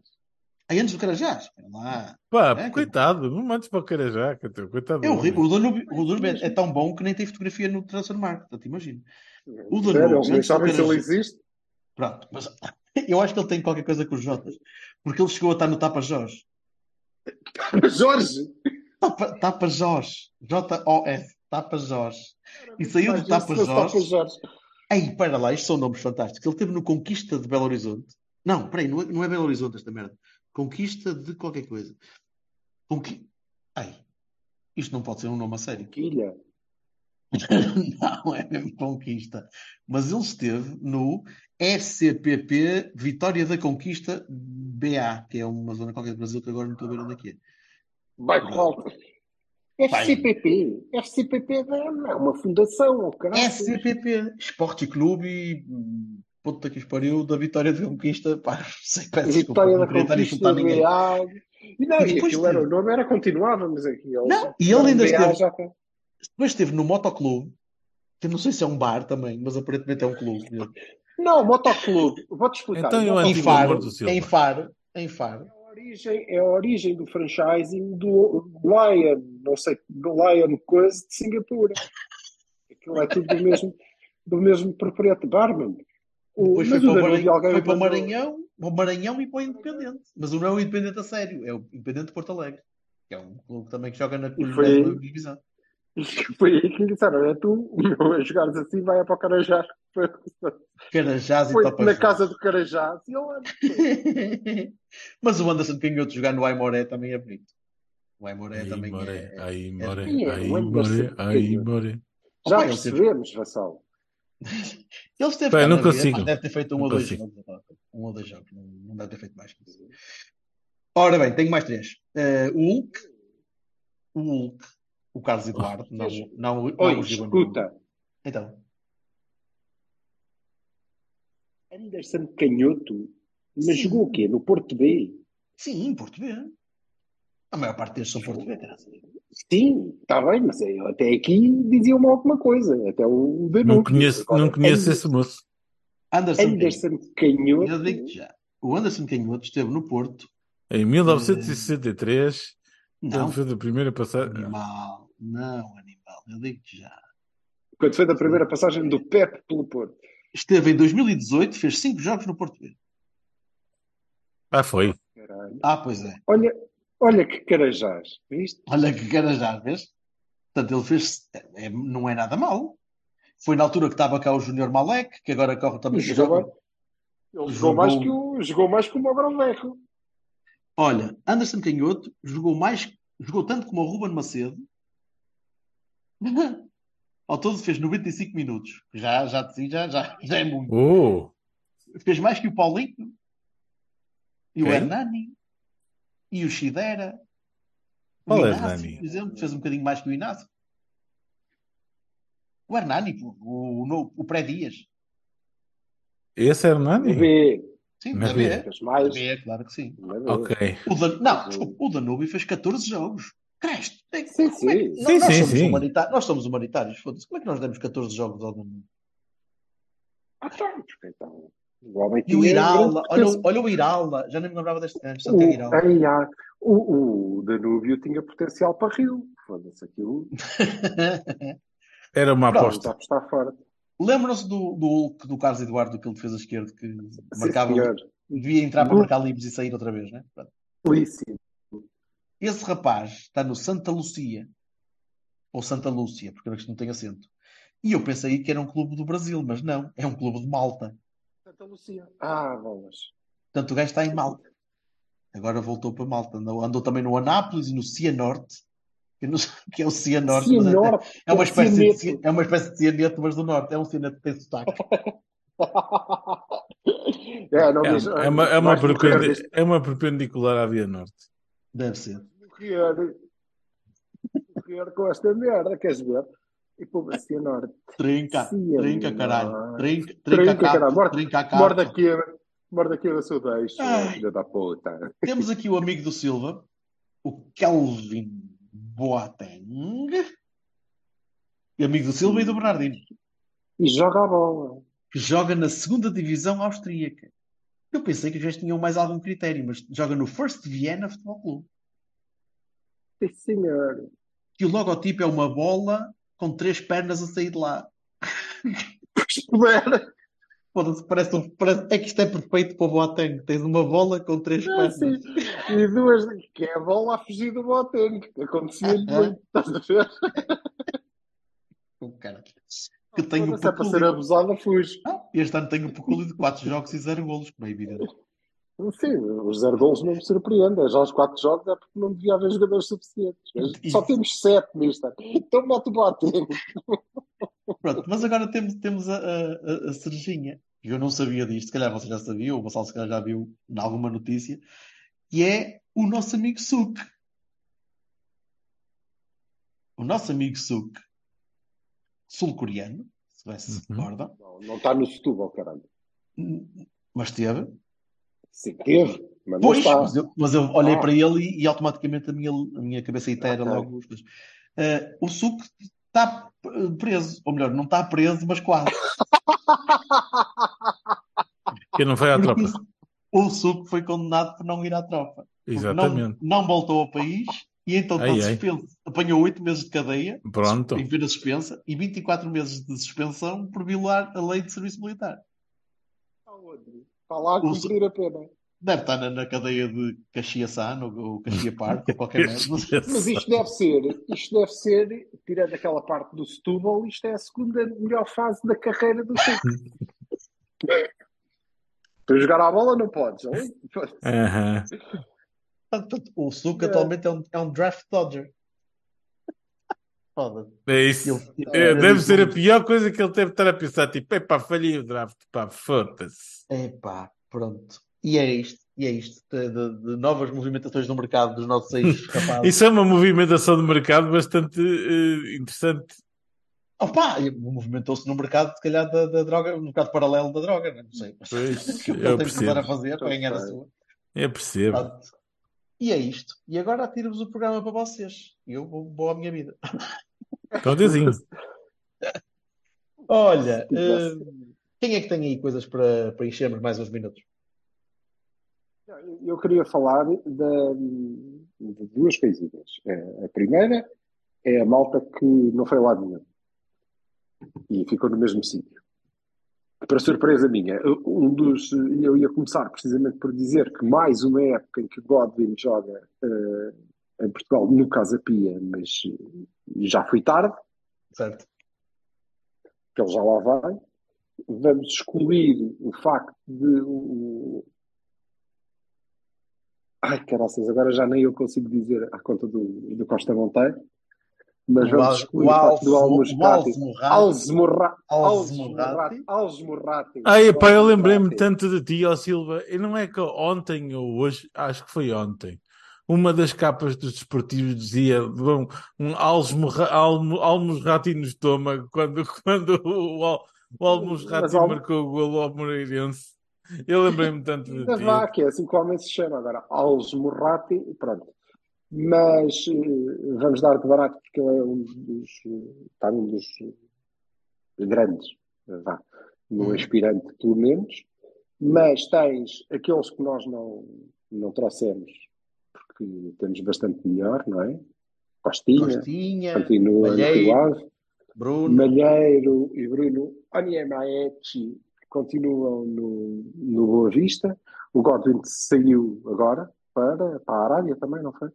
Speaker 8: Aí antes do Carajás, espera lá.
Speaker 10: Pá,
Speaker 8: É, que-
Speaker 10: coitado, não mandes para o Carajá, que teu coitado.
Speaker 8: É
Speaker 10: do
Speaker 8: horrível.
Speaker 10: homem.
Speaker 8: O Danúbio, o Danúbio é, é tão bom que nem tem fotografia no Transformar, portanto, imagina. O Danúbio,
Speaker 9: Sério, eles nem
Speaker 8: antes do
Speaker 9: sabem se ele
Speaker 8: Carajás.
Speaker 9: existe. <laughs>
Speaker 8: Pronto, mas <laughs> eu acho que ele tem qualquer coisa com os Jotas, porque ele chegou a estar no Tapa Jorge.
Speaker 9: Jorge!
Speaker 8: Tapa, tapa Jorge, J-O-S, Tapa Jorge. E saiu do
Speaker 9: Faz isso é
Speaker 8: Tapa
Speaker 9: no Tapa
Speaker 8: Jorge. Ei, para lá, isto são nomes fantásticos. Ele teve no Conquista de Belo Horizonte. Não, peraí, não é, não é Belo Horizonte esta merda. Conquista de qualquer coisa. Conqui... Ei, isto não pode ser um nome a sério. <coughs>
Speaker 9: Quilha.
Speaker 8: Não, é mesmo Conquista. Mas ele esteve no FCPP Vitória da Conquista BA, que é uma zona qualquer do Brasil que agora não estou a ver onde é que é.
Speaker 9: Bairro Alto. FCPP. FCPP é uma fundação, o caralho.
Speaker 8: FCPP, Esporte Clube, hum, puta que os pariu, da Vitória da Conquista. Pá, não sei, peço desculpa,
Speaker 9: Vitória
Speaker 8: não
Speaker 9: da
Speaker 8: queria estar a
Speaker 9: Conquista
Speaker 8: insultar ninguém.
Speaker 9: Real. E não,
Speaker 8: E
Speaker 9: e
Speaker 8: depois
Speaker 9: aquilo era
Speaker 8: teve-
Speaker 9: o nome, era continuávamos aqui.
Speaker 8: Não, e ele ainda esteve-
Speaker 9: Já tem-
Speaker 8: Depois esteve no Motoclube, que eu não sei se é um bar também, mas aparentemente é um clube. mesmo.
Speaker 9: Não, Motoclube. Vou-te explicar.
Speaker 10: Então eu
Speaker 9: O
Speaker 10: antigo
Speaker 8: Em
Speaker 9: Motoclube
Speaker 8: Faro,
Speaker 10: amor do Silva.
Speaker 8: em Faro, em Faro.
Speaker 9: é a origem- É a origem do franchising do Lion, não sei, do Lion coisa de Singapura. Aquilo é tudo do mesmo, do mesmo proprietário. Barman. O-
Speaker 8: Depois foi
Speaker 9: mas o
Speaker 8: para, o
Speaker 9: Danúbio
Speaker 8: Maranhão,
Speaker 9: alguém
Speaker 8: foi para o
Speaker 9: mandou-
Speaker 8: Maranhão, para o Maranhão e para o Independente. Mas não é o Independente a sério, é o Independente de Porto Alegre, que é um clube também que joga na na
Speaker 9: foi-
Speaker 8: segunda divisão.
Speaker 9: E <laughs> foi aí que lhe disseram: olha, tu não a jogares assim, vai para o Carajás. Foi,
Speaker 8: Carajás e
Speaker 9: foi
Speaker 8: Topa
Speaker 9: na
Speaker 8: Jorge.
Speaker 9: casa do Carajás. E ele
Speaker 8: <laughs> Mas o Anderson Canhoto jogar no Aimoré também é bonito. O Aimoré
Speaker 10: Aí
Speaker 8: também
Speaker 10: more,
Speaker 8: é. é-
Speaker 10: aí more,
Speaker 9: Quem é?
Speaker 10: aí
Speaker 9: O Anderson
Speaker 10: more, aí
Speaker 9: Pedro.
Speaker 10: more.
Speaker 9: já
Speaker 8: Opa, ele teve-
Speaker 9: percebemos, Vassal.
Speaker 8: Ele esteve
Speaker 10: Pá,
Speaker 8: cá
Speaker 10: eu não
Speaker 8: na vida,
Speaker 10: consigo.
Speaker 8: pá, deve ter feito um
Speaker 10: Não
Speaker 8: ou dois
Speaker 10: consigo.
Speaker 8: jogos. pá, Um ou dois jogos, não, não deve ter feito mais que isso. Ora bem, tenho mais três. Eh, o Hulk, o Hulk, o
Speaker 10: Oh,
Speaker 8: Carlos Eduardo, não, não, não
Speaker 9: Oi,
Speaker 8: o Gil Antônio.
Speaker 9: escuta.
Speaker 8: Então,
Speaker 9: Anderson Canhoto, mas
Speaker 8: Sim.
Speaker 9: jogou o quê? No Porto B?
Speaker 8: sim, em português. A maior parte deles são portugueses. graças a Deus.
Speaker 9: Sim, está bem, mas é- até aqui diziam-me alguma coisa. Até o Danúbio.
Speaker 10: Não conheço,
Speaker 9: Agora, é
Speaker 10: não conheço
Speaker 9: Ander-
Speaker 10: esse moço.
Speaker 8: Anderson,
Speaker 9: Anderson
Speaker 8: Canhoto,
Speaker 9: Canhoto.
Speaker 8: eu digo-te já. O Anderson Canhoto esteve no Porto.
Speaker 10: Em 1963,
Speaker 8: Não,
Speaker 10: ele fez a primeira passagem.
Speaker 8: animal. Não, animal. Eu digo-te já.
Speaker 9: Quando foi da primeira passagem do Pepe pelo Porto.
Speaker 8: Esteve em 2018, fez cinco jogos no Porto B.
Speaker 10: Ah, foi.
Speaker 9: Caralho.
Speaker 8: Ah, pois é.
Speaker 9: Olha, olha que carajás. Viste?
Speaker 8: Olha que cara já, vês? Portanto, ele fez. é- não é nada mal. Foi na altura que estava cá o Júnior Malek, que agora corre também.
Speaker 9: Jogava- Ele
Speaker 8: Jogou-
Speaker 9: jogou mais que o, jogou mais que o Mogroveco.
Speaker 8: Olha, Anderson Canhoto jogou mais, jogou tanto como o Ruben Macedo. <laughs> Ao todo fez 95 minutos. Já, já, de si, já, já, já é muito.
Speaker 10: Oh,
Speaker 8: Fez mais que o Paulinho, e o
Speaker 10: Quem?
Speaker 8: Hernani, e o Shidera. O
Speaker 10: Qual é
Speaker 8: Inácio,
Speaker 10: Hernani? é
Speaker 8: por exemplo, fez um bocadinho mais que o Inácio. O Hernani, pô, o, o, o Pré-Dias.
Speaker 10: Esse é Hernani?
Speaker 9: B.
Speaker 8: Sim, é.
Speaker 10: Na
Speaker 8: da
Speaker 10: B.
Speaker 8: B.
Speaker 9: Mas mais.
Speaker 8: Da B, claro que sim.
Speaker 9: Não é B.
Speaker 10: Ok.
Speaker 8: O Dan... Não, desculpa, o Danúbio fez 14 jogos. Cresto, tem-
Speaker 9: Sim,
Speaker 8: como é que-
Speaker 9: sim.
Speaker 8: Não,
Speaker 10: Sim,
Speaker 8: nós,
Speaker 10: sim,
Speaker 8: somos
Speaker 10: sim.
Speaker 8: humanita- nós somos humanitários, foda-se. Como é que nós demos 14 jogos ao Danúbio?
Speaker 9: Ah, tá, porque então. O homem
Speaker 8: E o
Speaker 9: tinha
Speaker 8: Irala,
Speaker 9: grande
Speaker 8: olha,
Speaker 9: potencial.
Speaker 8: o- olha o Irala, já nem me lembrava deste gajo, só
Speaker 9: O,
Speaker 8: que é o Irala.
Speaker 9: ai, ai, o, o Danúbio tinha potencial para Rio. Foda-se aquilo.
Speaker 10: Era uma
Speaker 8: Pronto,
Speaker 9: Vamos
Speaker 10: aposta.
Speaker 9: apostar fora.
Speaker 8: Lembram-se do, do Hulk, do Carlos Eduardo, aquele defesa esquerdo que
Speaker 9: Sim,
Speaker 8: marcava, um
Speaker 9: senhor. Uhum.
Speaker 8: devia entrar para
Speaker 9: Do-
Speaker 8: marcar livres e sair outra vez, né? Pronto.
Speaker 9: Lícito.
Speaker 8: Esse rapaz está no Santa Lucia, ou Santa Lúcia, porque eu acho que não tem acento. E eu pensei que era um clube do Brasil, mas não, é um clube de Malta.
Speaker 9: Santa Lucia. Ah, bolas.
Speaker 8: Portanto, o gajo está em Malta. Agora voltou para Malta. Andou, andou também no Anápolis e no Cianorte, que, não sei o que é o Cianorte. mas é-
Speaker 9: Senhor,
Speaker 8: É uma espécie de, ci-
Speaker 9: cianeto.
Speaker 8: é uma espécie de cianeto, mas do norte. É um cianeto que tem sotaque.
Speaker 9: <laughs> É, não,
Speaker 10: É,
Speaker 9: mas,
Speaker 10: é uma, é, uma
Speaker 9: mais do que
Speaker 10: perpende-
Speaker 9: antes
Speaker 10: é uma perpendicular à Via Norte.
Speaker 8: Deve ser.
Speaker 9: de morrer. Morrer com esta merda, queres ver? E pô, assim, norte.
Speaker 8: Trinca,
Speaker 9: Cianorte.
Speaker 8: trinca, caralho. Trinca, trinca,
Speaker 9: Trinca,
Speaker 8: caralho.
Speaker 9: caralho. Morda-
Speaker 8: Trinca a capa.
Speaker 9: Morda aqui, morda aqui o seu deixo,
Speaker 8: Ai.
Speaker 9: filho da puta.
Speaker 8: Temos aqui o amigo do Silva, o Kelvin Boateng. E Amigo do Silva e do Bernardino.
Speaker 9: E joga a bola.
Speaker 8: Que joga na segunda divisão austríaca. Eu pensei que os gajos tinham mais algum critério, mas joga no First Vienna Futebol Clube.
Speaker 9: Sim, senhor.
Speaker 8: Que o logotipo é uma bola com três pernas a sair de lá.
Speaker 9: Espera.
Speaker 8: Foda-se, parece, um- parece- é que isto é perfeito para o Boateng. Tens uma bola com três
Speaker 9: Ah,
Speaker 8: pernas.
Speaker 9: sim. E duas, que é a bola a fugir do Boateng. Acontecia-lhe
Speaker 8: Ah, ah.
Speaker 9: muito, estás a ver?
Speaker 8: Oh, caralho. Que tem um o
Speaker 9: Mas é para ser
Speaker 8: pecúlio.
Speaker 9: abusada, fuge.
Speaker 8: Ah, Este ano tenho o pecúlio de 4 jogos e 0 golos, como é evidente.
Speaker 9: Sim, os zero gols não me surpreendem. Já os quatro jogos é porque não devia haver jogadores suficientes. Mas
Speaker 8: E-
Speaker 9: Só temos sete nisto. Então mete o Boateng.
Speaker 8: Pronto, mas agora temos, temos a, a, a- a Serginha. Eu não sabia disto, se calhar você já sabia, ou o Gonçalo se calhar já viu em alguma notícia. E é o nosso amigo Suk. O nosso amigo Suk, sul-coreano, se bem se
Speaker 10: Uhum.
Speaker 8: recordam,
Speaker 9: Não, não está no Setúbal, caralho.
Speaker 8: mas teve.
Speaker 9: Sim, teve, mas não
Speaker 8: Pois,
Speaker 9: está.
Speaker 8: mas eu, mas eu olhei
Speaker 9: Ah.
Speaker 8: para ele e, e automaticamente a minha, a minha cabeça inteira
Speaker 9: Ok.
Speaker 8: logo. os dois. Ah, o Suco está p- preso, ou melhor, não está preso, mas quase.
Speaker 10: Que não foi à tropa.
Speaker 8: Porque o Suco foi condenado por não ir à tropa. Porque Não,
Speaker 10: Exatamente.
Speaker 8: não voltou ao país e então
Speaker 10: Ai,
Speaker 8: está
Speaker 10: ai.
Speaker 8: suspenso. Apanhou oito meses de cadeia
Speaker 10: Pronto.
Speaker 8: em pena suspensa e 24 meses de suspensão por violar a lei de serviço militar.
Speaker 9: Está onde? Está lá a cumprir a pena.
Speaker 8: Deve estar na, na cadeia de Caxiaçano ou Caxia Parque ou
Speaker 10: <laughs>
Speaker 8: qualquer merda. Não sei.
Speaker 9: Mas isto deve ser, isto deve ser, tirando aquela parte do Setúbal, isto é a segunda melhor fase da carreira do Setúbal.
Speaker 8: <laughs>
Speaker 9: Para jogar à bola não é? podes. ali.
Speaker 10: Aham.
Speaker 8: Portanto, o Suco
Speaker 9: É.
Speaker 8: atualmente é um, é um draft dodger. Foda-se.
Speaker 10: É isso.
Speaker 8: Ele- ele-
Speaker 10: É,
Speaker 8: ele-
Speaker 10: deve ser a pior coisa que ele deve estar a pensar. Tipo, epá, falhei o draft, pá, foda-se.
Speaker 8: Epá, pronto. E é isto, e é isto. De, de- de novas movimentações no mercado dos nossos
Speaker 10: <laughs>
Speaker 8: ex-rapazes.
Speaker 10: Isso é uma movimentação de mercado bastante eh, interessante.
Speaker 8: Opa, movimentou-se no mercado, se calhar, da, da droga, no mercado paralelo da droga, né? não sei. O
Speaker 10: Pois,
Speaker 8: que ele
Speaker 10: eu
Speaker 8: tem que andar a
Speaker 10: percebo.
Speaker 8: fazer para ganhar a sua.
Speaker 10: Eu percebo.
Speaker 8: Pronto. E é isto. E agora atiro-vos o programa para vocês. E eu vou, vou à minha vida.
Speaker 10: Contezinho.
Speaker 8: Olha, eh, quem é que tem aí coisas para, para enchermos mais uns minutos?
Speaker 9: Eu queria falar da- de duas coisinhas. É, A primeira é a malta que não foi lá nenhum e ficou no mesmo sítio. Para surpresa minha, um dos. Eu ia começar precisamente por dizer que mais uma época em que Godwin joga eh, em Portugal no Casa Pia, mas eh, já foi tarde
Speaker 8: Certo?
Speaker 9: que ele já lá vai. Vamos excluir o facto de o. Ai, caraças, agora já nem eu consigo dizer à conta do, do Costa Monteiro, mas
Speaker 8: O Al-
Speaker 9: vamos excluir
Speaker 8: o
Speaker 9: o facto do
Speaker 8: Al- o
Speaker 9: Almuscati.
Speaker 8: Al-Zumurrati.
Speaker 9: Alzmurrati.
Speaker 8: Al-Zumurrati.
Speaker 9: Alzmurrati. Alzmurrati.
Speaker 10: Ai, Ah, epá, eu lembrei-me tanto de ti, ó Silva. E não é que ontem ou hoje, acho que foi ontem, Uma das capas dos desportivos dizia um, um almos, almo, almos ratinho no estômago <laughs> quando, quando o, o, al- o almos
Speaker 9: Mas
Speaker 10: ratinho
Speaker 9: Almo-
Speaker 10: marcou o golo ao Moreirense. Eu lembrei-me tanto de
Speaker 9: Ainda
Speaker 10: ti.
Speaker 9: vá, que é assim que o homem se chama agora. Alves Morrati, e pronto. Mas eh, vamos dar de barato porque ele é um dos, eh, está num dos eh, grandes, eh, vá, no aspirante pelo menos. Mas tens aqueles que nós não, não trouxemos, porque temos bastante melhor, não é? Costinha,
Speaker 8: Costinha,
Speaker 9: continua
Speaker 8: Malheiro,
Speaker 9: igual.
Speaker 8: Bruno.
Speaker 9: Malheiro e Bruno Onyemaechi é continuam no, no Boa Vista. O Godwin saiu agora para, para a Arábia também, não foi?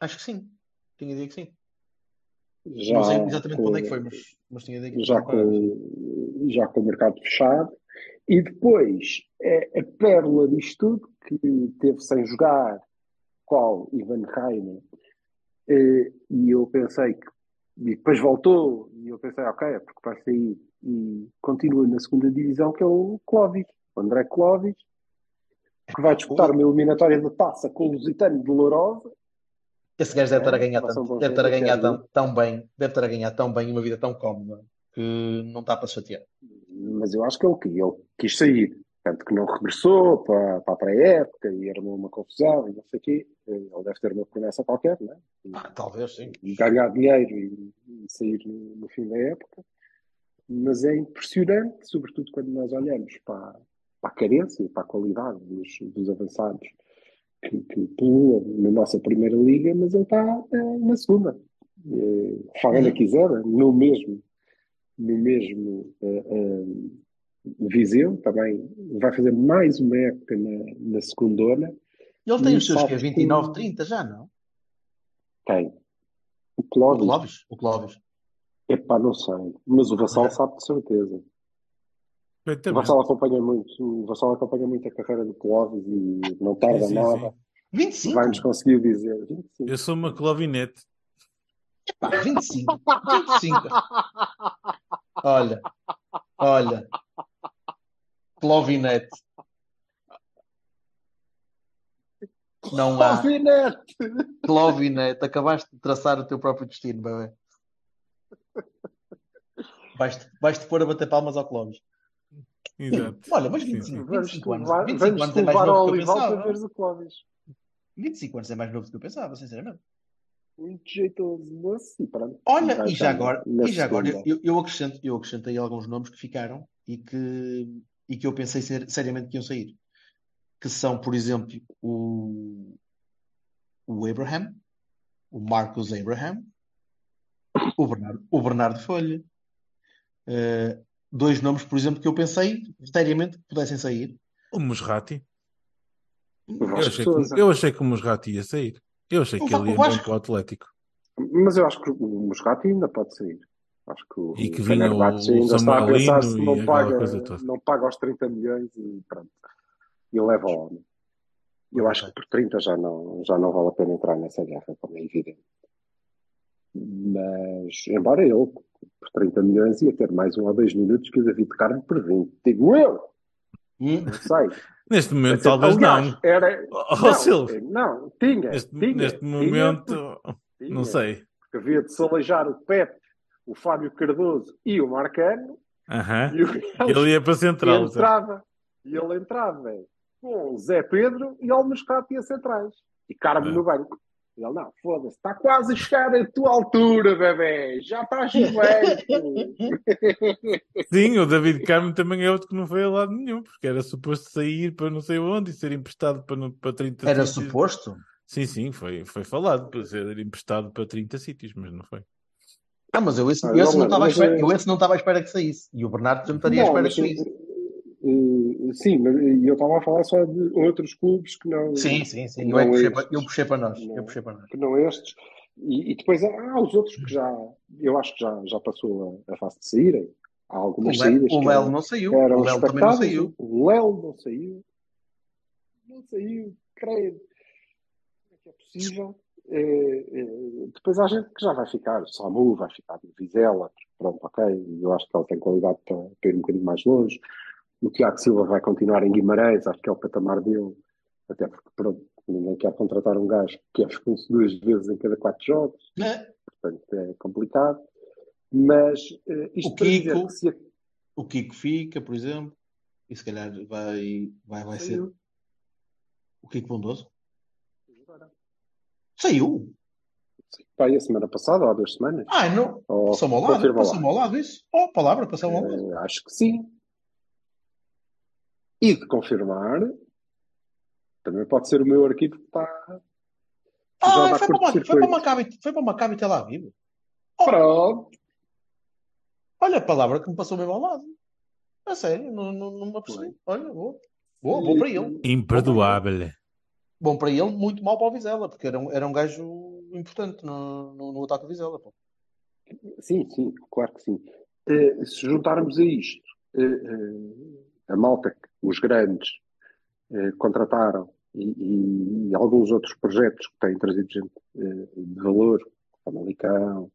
Speaker 8: Acho que sim. Tinha ideia que sim.
Speaker 9: Já
Speaker 8: não sei exatamente
Speaker 9: com-
Speaker 8: para onde é que foi, mas, mas tinha ideia que
Speaker 9: já
Speaker 8: foi para a Arábia.
Speaker 9: com, já com o mercado fechado. E depois, é, a pérola disto tudo, que teve sem jogar, qual Ivan Reina, eh, e eu pensei que. E depois voltou, e eu pensei, ok, é porque vai sair e continua na segunda divisão, que é o Clóvis, o André Clóvis, que vai disputar uma eliminatória da taça com o Lusitano de Lourova.
Speaker 8: Esse gajo deve estar a ganhar
Speaker 9: Passam
Speaker 8: tanto,
Speaker 9: bons
Speaker 8: deve estar a
Speaker 9: tempos,
Speaker 8: ganhar
Speaker 9: quero
Speaker 8: tão, tão bem, deve estar a ganhar tão bem uma vida tão cómoda que não está para se chatear.
Speaker 9: mas eu acho que ele, que- ele quis sair. Tanto que não regressou para, para a pré-época e armou uma confusão e não sei o quê. Ele deve ter uma promessa qualquer, não é?
Speaker 8: Ah, talvez, sim.
Speaker 9: ganhar dinheiro e, e sair no, no fim da época. Mas é impressionante, sobretudo quando nós olhamos para, para a carência e para a qualidade dos, dos avançados que, que puluam na nossa primeira liga, mas ele está eh, na segunda. Eh, se alguém a quiser, no mesmo, no mesmo eh, eh, Viseu, também vai fazer mais uma época na, na segundona.
Speaker 8: Ele tem
Speaker 9: E
Speaker 8: os seus que é
Speaker 9: sabes que-
Speaker 8: 29, 30 já, não?
Speaker 9: Tem
Speaker 8: O
Speaker 9: o Clóvis.
Speaker 8: Clóvis? O Clóvis.
Speaker 9: Epá, não sei. Mas o Vassal sabe de certeza. O
Speaker 10: Perfeitamente.
Speaker 9: Vassal acompanha muito, o Vassal acompanha muito a carreira do Clóvis e não
Speaker 10: Sim,
Speaker 9: tarda
Speaker 10: sim,
Speaker 9: nada.
Speaker 10: sim.
Speaker 9: Vai-nos
Speaker 8: 25?
Speaker 9: conseguir dizer. 25.
Speaker 10: Eu sou uma clovinete.
Speaker 8: Pá, 25. 25. Olha, olha. Clovinete. Não há.
Speaker 9: Alfinete!
Speaker 8: Clovinete, acabaste de traçar o teu próprio destino, bebê. Vais-te vais -te pôr a bater palmas ao Clóvis.
Speaker 10: Exato.
Speaker 9: <laughs>
Speaker 8: Olha, mas
Speaker 10: Sim,
Speaker 8: 25,
Speaker 9: Vamos
Speaker 8: 25 anos,
Speaker 9: levar-
Speaker 8: 25
Speaker 9: vamos
Speaker 8: anos é mais
Speaker 9: levar
Speaker 8: novo
Speaker 9: ao
Speaker 8: do que eu
Speaker 9: Olival para
Speaker 8: pensava.
Speaker 9: ver o Clóvis.
Speaker 8: 25 anos é mais novo do que eu pensava, sinceramente.
Speaker 9: Muito jeitoso, moço. E pronto.
Speaker 8: Olha,
Speaker 9: Vai
Speaker 8: e já
Speaker 9: estar
Speaker 8: agora,
Speaker 9: na
Speaker 8: e já agora
Speaker 9: segunda.
Speaker 8: eu, eu acrescento, eu acrescentei alguns nomes que ficaram e que, e que eu pensei ser- seriamente que iam sair. Que são, por exemplo, o, o Abraham, o Marcos Abraham, o Bernardo, o Bernardo Folha. Eh, dois nomes, por exemplo, que eu pensei seriamente que pudessem sair.
Speaker 10: O Musrati.
Speaker 9: O
Speaker 10: Eu
Speaker 9: Vasco
Speaker 10: achei,
Speaker 9: Sousa.
Speaker 10: que, eu achei que o Musrati ia sair. Eu achei
Speaker 8: O
Speaker 10: que
Speaker 8: Va-
Speaker 10: ele
Speaker 8: o
Speaker 10: ia mesmo
Speaker 8: Vasco-
Speaker 10: para o Atlético.
Speaker 9: Mas eu acho que o Moscato ainda pode sair. Acho que o
Speaker 10: E que vinha
Speaker 9: Fenerbahçe
Speaker 10: o- o
Speaker 9: ainda está a pensar se
Speaker 10: Samuelino e
Speaker 9: não
Speaker 10: aquela
Speaker 9: paga,
Speaker 10: coisa toda.
Speaker 9: não paga os 30 milhões e pronto. E leva o homem. Eu acho que por 30 já não, já não vale a pena entrar nessa guerra, como é evidente. Mas, embora ele, por 30 milhões, ia ter mais um ou dois minutos que o David Carmo por 20. Digo eu,
Speaker 8: Hum,
Speaker 9: não
Speaker 10: <laughs>
Speaker 9: sei.
Speaker 10: Neste momento,
Speaker 9: Quer dizer,
Speaker 10: talvez
Speaker 9: aliás,
Speaker 10: não.
Speaker 9: Era,
Speaker 10: Oh,
Speaker 9: não,
Speaker 10: Silvio,
Speaker 9: não, tinha.
Speaker 10: neste,
Speaker 9: É, tinha,
Speaker 10: neste
Speaker 9: tinha,
Speaker 10: momento,
Speaker 9: tinha.
Speaker 10: não sei.
Speaker 9: que havia de salejar o Pepe, o Fábio Cardoso e o Marcano,
Speaker 10: Aham.
Speaker 9: e o
Speaker 10: Ele ia para Central. Zé.
Speaker 9: entrava, e ele entrava com o Zé Pedro e o Moscato ia centrais. E Carmo
Speaker 10: É.
Speaker 9: no banco. Ele, não, foda-se, está quase a chegar à tua altura, bebê, já estás feito.
Speaker 10: Sim, o David Carmo também é outro que não foi a lado nenhum, porque era suposto sair para não sei onde e ser emprestado para, no- para 30
Speaker 8: era
Speaker 10: sítios.
Speaker 8: suposto?
Speaker 10: Sim, sim, foi, foi falado para ser emprestado para 30 sítios, mas não foi.
Speaker 8: Ah, mas eu esse,
Speaker 9: Ah,
Speaker 8: eu esse
Speaker 9: não,
Speaker 8: não estava à
Speaker 9: mas,
Speaker 8: espera,
Speaker 9: eh,
Speaker 8: eu esse não estava à espera que saísse. E o Bernardo já me <laughs> estaria à
Speaker 9: Não,
Speaker 8: espera
Speaker 9: mas,
Speaker 8: que saísse.
Speaker 9: eh, eh, Sim, mas eu estava a falar só de outros clubes que não,
Speaker 8: Sim, sim, sim. Eu,
Speaker 9: não
Speaker 8: é que puxei,
Speaker 9: é
Speaker 8: para, eu puxei para nós.
Speaker 9: Não.
Speaker 8: Eu puxei para nós.
Speaker 9: que não estes. E, e depois há os outros que já, eu acho que já, já passou a, a fase de saírem. Há
Speaker 8: O
Speaker 9: algumas
Speaker 8: Le-
Speaker 9: saídas
Speaker 8: O
Speaker 9: que
Speaker 8: Léo
Speaker 9: eram-
Speaker 8: não saiu.
Speaker 9: que eram
Speaker 8: O Léo também não
Speaker 9: expectáveis.
Speaker 8: saiu.
Speaker 9: um O Léo não saiu. Não saiu, creio. Como é que é possível? Eh, eh, depois há gente que já vai ficar. O Samu vai ficar no Vizela. Pronto, ok. Eu acho que ele tem qualidade para, para ir um bocadinho mais longe. O Tiago Silva vai continuar em Guimarães. Acho que é o patamar dele. Até porque, pronto, Ninguém quer contratar um gajo que é expulso duas vezes em cada quatro jogos,
Speaker 8: É,
Speaker 9: portanto é complicado. Mas eh, isto
Speaker 8: O
Speaker 9: para dizer
Speaker 8: Kiko-
Speaker 9: que se a-
Speaker 8: O Kiko fica, por exemplo, e se calhar vai, vai, vai ser. O Kiko Bondoso? Saiu!
Speaker 9: Pá, e a semana passada ou há duas semanas?
Speaker 8: Ah, não.
Speaker 9: Ou-
Speaker 8: Passou-me ao lado,
Speaker 9: Oh, confirma lá.
Speaker 8: passou-me ao lado isso. Oh, palavra, passou-me ao lado.
Speaker 9: Eh, acho que sim. E de confirmar, também pode ser o meu arquivo que está. já
Speaker 8: Ah, foi para, uma,
Speaker 9: dá
Speaker 8: foi,
Speaker 9: curto-circuito.
Speaker 8: para Maccabi, foi para Maccabi Tel Aviv. Oh!
Speaker 9: Pronto.
Speaker 8: Olha a palavra que me passou mesmo ao lado. A sério, não, não, não me apercebi. Olha, vou. Vou, vou para ele.
Speaker 10: Imperdoável.
Speaker 8: Bom para ele, muito mal para o Vizela, porque era um, era um gajo importante no, no, no ataque do Vizela. pô.
Speaker 9: Sim, sim, claro que sim. Eh, se juntarmos a isto, eh, eh, a malta que os grandes eh, contrataram e, e- e alguns outros projetos que têm trazido gente eh, de valor, Famalicão,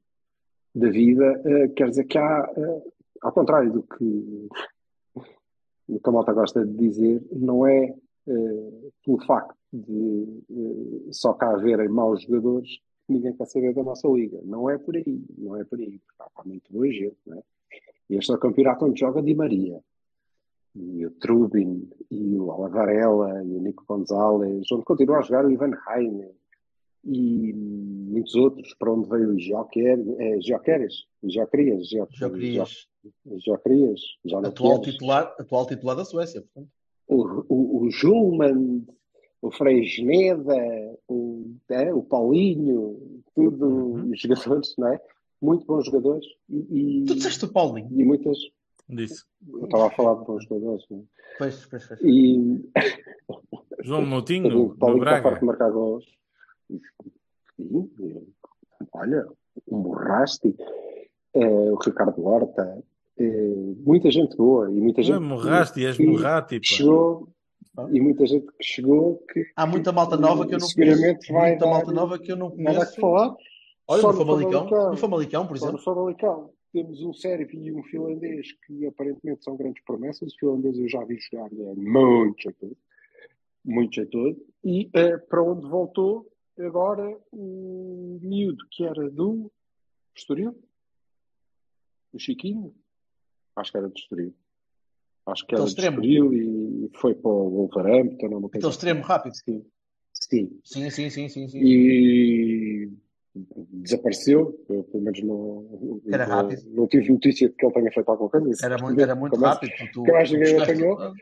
Speaker 9: da vida, eh, quer dizer que há, eh, ao contrário do que, do que a malta gosta de dizer, não é eh, pelo facto de eh, só cá haverem maus jogadores ninguém quer saber da nossa liga. Não é por aí, não é por aí. Porque há muito boa gente, não é? E este é o campeonato onde joga Di Maria, e o Trubin, e o Alavarela, e o Nico Gonzalez, onde continua a jogar o Ivan Heine, e muitos outros, para onde veio o Joquer, é, Joqueres, Jocrias, Jo-
Speaker 8: Já querias
Speaker 9: Jo- Jocrias, já não
Speaker 8: atual
Speaker 9: queres.
Speaker 8: titular, atual titular da Suécia, portanto.
Speaker 9: o, o, o Julman, o Fresneda, o, é, o Paulinho, tudo jogadores, não é? Muito bons jogadores e, e,
Speaker 8: Uhum. Tu disseste o Paulinho.
Speaker 9: e muitas.
Speaker 10: Disse.
Speaker 9: Eu estava a falar de bons jogadores, não é?
Speaker 8: Pois, pois, pois.
Speaker 9: E
Speaker 10: João
Speaker 9: o
Speaker 10: Moutinho, do
Speaker 9: Paulinho está
Speaker 10: Braga.
Speaker 9: forte de marcar gols. Sim, é, olha, o Morrasti, é, o Ricardo Horta, é, muita gente boa e muita
Speaker 10: Não é
Speaker 9: gente.
Speaker 10: morraste e és
Speaker 9: que
Speaker 10: morrati,
Speaker 8: Tipo,
Speaker 10: pá.
Speaker 9: Chegou,
Speaker 8: ah.
Speaker 9: e muita gente que chegou que
Speaker 8: Há muita malta nova que eu não
Speaker 9: Seguramente
Speaker 8: conheço.
Speaker 9: vai
Speaker 8: Muita
Speaker 9: dar-
Speaker 8: malta nova que eu não
Speaker 9: nada
Speaker 8: conheço.
Speaker 9: que falar.
Speaker 8: Olha,
Speaker 9: Só
Speaker 8: no Famalicão,
Speaker 9: Famalicão.
Speaker 8: no Famalicão, por
Speaker 9: Só
Speaker 8: exemplo.
Speaker 9: no Famalicão temos um sérvio e um finlandês que aparentemente são grandes promessas. O finlandês eu já vi jogar, é muito jeitoso. Muito jeitoso. E eh, para onde voltou agora o miúdo que era do Estoril? O Chiquinho? Acho que era do Estoril. Acho que era do
Speaker 8: Aquele extremo.
Speaker 9: Estoril e foi para o Wolverhampton. ou uma coisa
Speaker 8: Aquele extremo rápido.
Speaker 9: assim. Sim.
Speaker 8: Sim, sim, sim, sim, sim.
Speaker 9: e desapareceu. Eu, pelo menos não,
Speaker 8: Era
Speaker 9: não,
Speaker 8: rápido.
Speaker 9: não tive notícia de que ele tenha feito alguma coisa. Isso
Speaker 8: Era muito,
Speaker 9: também
Speaker 8: era muito
Speaker 9: começa-
Speaker 8: rápido. porque Tu,
Speaker 9: que mais ninguém
Speaker 8: tu buscaste-
Speaker 9: apanhou.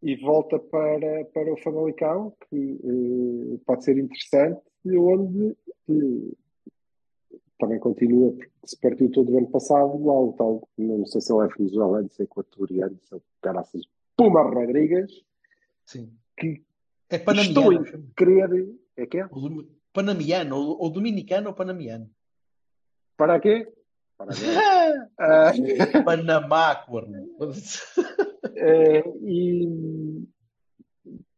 Speaker 9: E volta para, para o Famalicão, que eh, pode ser interessante, e onde eh, também continua, porque se partiu todo o ano passado, lá o tal, não sei se ele é venezuelano, não sei equatoriano, não sei o que caraças, Puma Rodrigues,
Speaker 8: Sim.
Speaker 9: Que-
Speaker 8: É
Speaker 9: estou
Speaker 8: panamiano.
Speaker 9: em querer, é que é?
Speaker 8: O dom- Panamiano, ou, ou dominicano ou
Speaker 9: <laughs>
Speaker 8: panamiano.
Speaker 9: Para quê? Para quê? Ah,
Speaker 8: Panamá, corno.
Speaker 9: Eh, e,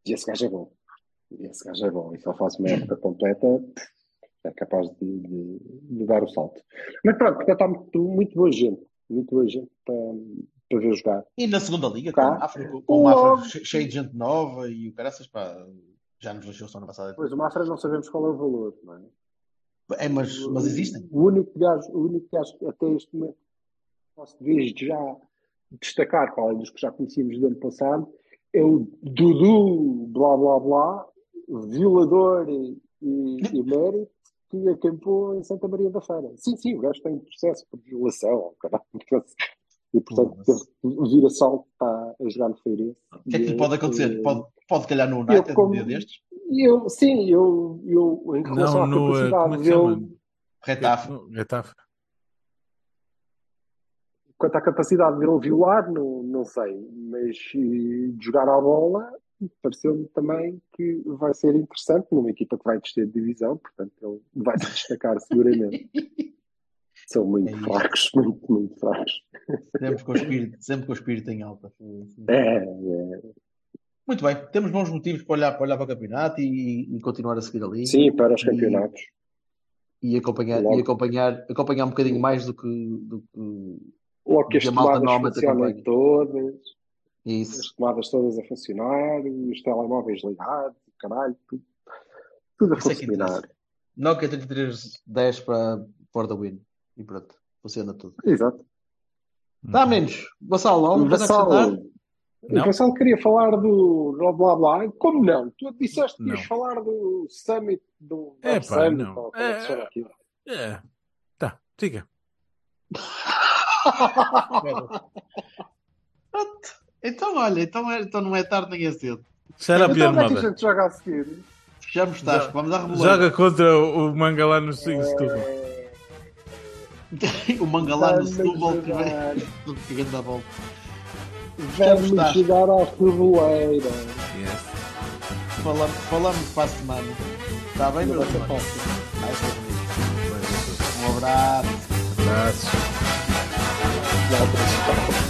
Speaker 9: e esse gajo é bom. E Esse gajo é bom. E se ele faz uma época completa, é capaz de, de- de dar o salto. Mas pronto, porque está muito, muito boa gente. Muito boa gente para, para ver jogar.
Speaker 8: <laughs> E na segunda liga, com
Speaker 9: Tá.
Speaker 8: o África, com o
Speaker 9: Logo.
Speaker 8: Mafra che- cheio de gente nova e o caraças, pá, já nos deixou só na passada.
Speaker 9: Pois o Mafra não sabemos qual é o valor, não é?
Speaker 8: É, mas, mas existem.
Speaker 9: O único gajo, o único gajo que até este momento posso desde já destacar, para além dos que já conhecíamos do ano passado, é o Dudu, blá blá blá, violador e, e, e mérito, que acampou em Santa Maria da Feira. Sim, sim, o gajo tem processo por violação, ó, caralho, e portanto
Speaker 8: Nossa.
Speaker 9: teve de vir a salto está a jogar no Feirense.
Speaker 8: O que é que lhe
Speaker 9: E,
Speaker 8: pode acontecer?
Speaker 9: eh,
Speaker 8: Pode, pode calhar no United, um
Speaker 9: como-
Speaker 8: dia destes?
Speaker 9: Eu, sim, eu, eu em relação
Speaker 10: Não,
Speaker 9: à
Speaker 10: no. eh, Como é
Speaker 9: capacidade
Speaker 10: que
Speaker 9: dele.
Speaker 10: chama?
Speaker 8: Retafe.
Speaker 10: No Getafe.
Speaker 9: Quanto à capacidade dele violar, não, não sei, mas eh, de jogar à bola, pareceu-me também que vai ser interessante numa equipa que vai descer de divisão, portanto ele vai se destacar seguramente.
Speaker 8: <laughs>
Speaker 9: São muito
Speaker 8: É isso.
Speaker 9: fracos, muito, muito fracos.
Speaker 8: Sempre com o espírito, sempre com o espírito em alta.
Speaker 9: É, é.
Speaker 8: Muito bem, temos bons motivos para olhar para, olhar para o campeonato e, e continuar a seguir ali
Speaker 9: Sim, para os
Speaker 8: E-
Speaker 9: campeonatos.
Speaker 8: e acompanhar
Speaker 9: Logo.
Speaker 8: e acompanhar, acompanhar um bocadinho mais do que, do que
Speaker 9: Logo que
Speaker 8: E
Speaker 9: as
Speaker 8: a malta
Speaker 9: tomadas
Speaker 8: não aumenta
Speaker 9: funcionam
Speaker 8: também.
Speaker 9: todas,
Speaker 8: isso.
Speaker 9: as tomadas todas a funcionar, os telemóveis ligados, caralho, tudo. Tudo a
Speaker 8: Isso é que
Speaker 9: funcionar.
Speaker 8: interessa. Nokia 3310 para for the win. E pronto, funciona tudo.
Speaker 9: Exato. Hum. Tá,
Speaker 10: Hum.
Speaker 8: Dá menos. Vassal, há uma coisa a
Speaker 9: Vassal,
Speaker 8: acrescentar?
Speaker 9: o Vassal queria falar do blá blá blá. Como não? Tu disseste que ias
Speaker 10: Não.
Speaker 9: falar do Summit do
Speaker 10: É,
Speaker 9: Web
Speaker 10: pá,
Speaker 9: Summit,
Speaker 10: não.
Speaker 9: ou como é que se chama aquilo.
Speaker 10: É. Tá, diga.
Speaker 8: <laughs> Pronto. Então, olha, então, é- então não é tarde nem é cedo.
Speaker 10: Shut up,
Speaker 9: Então
Speaker 10: your
Speaker 9: onde é que a
Speaker 10: mother.
Speaker 9: gente joga a seguir?
Speaker 8: Já me estás, vamos à reboleira.
Speaker 10: Joga contra o o manga lá no
Speaker 9: É.
Speaker 10: Sing Setúbal.
Speaker 8: <laughs> o manga lá no
Speaker 9: Vamos
Speaker 8: Setúbal que vem
Speaker 9: jogar.
Speaker 8: que vem da volta.
Speaker 9: Vamos
Speaker 8: estás.
Speaker 9: jogar à reboleira.
Speaker 10: Yes.
Speaker 8: Falamos, falamos para a semana. Está bem, meu
Speaker 9: Vai ser
Speaker 8: irmão?
Speaker 9: fácil.
Speaker 8: Vai ser bonito. Um abraço.
Speaker 10: Abraços.
Speaker 9: Vai ser fácil.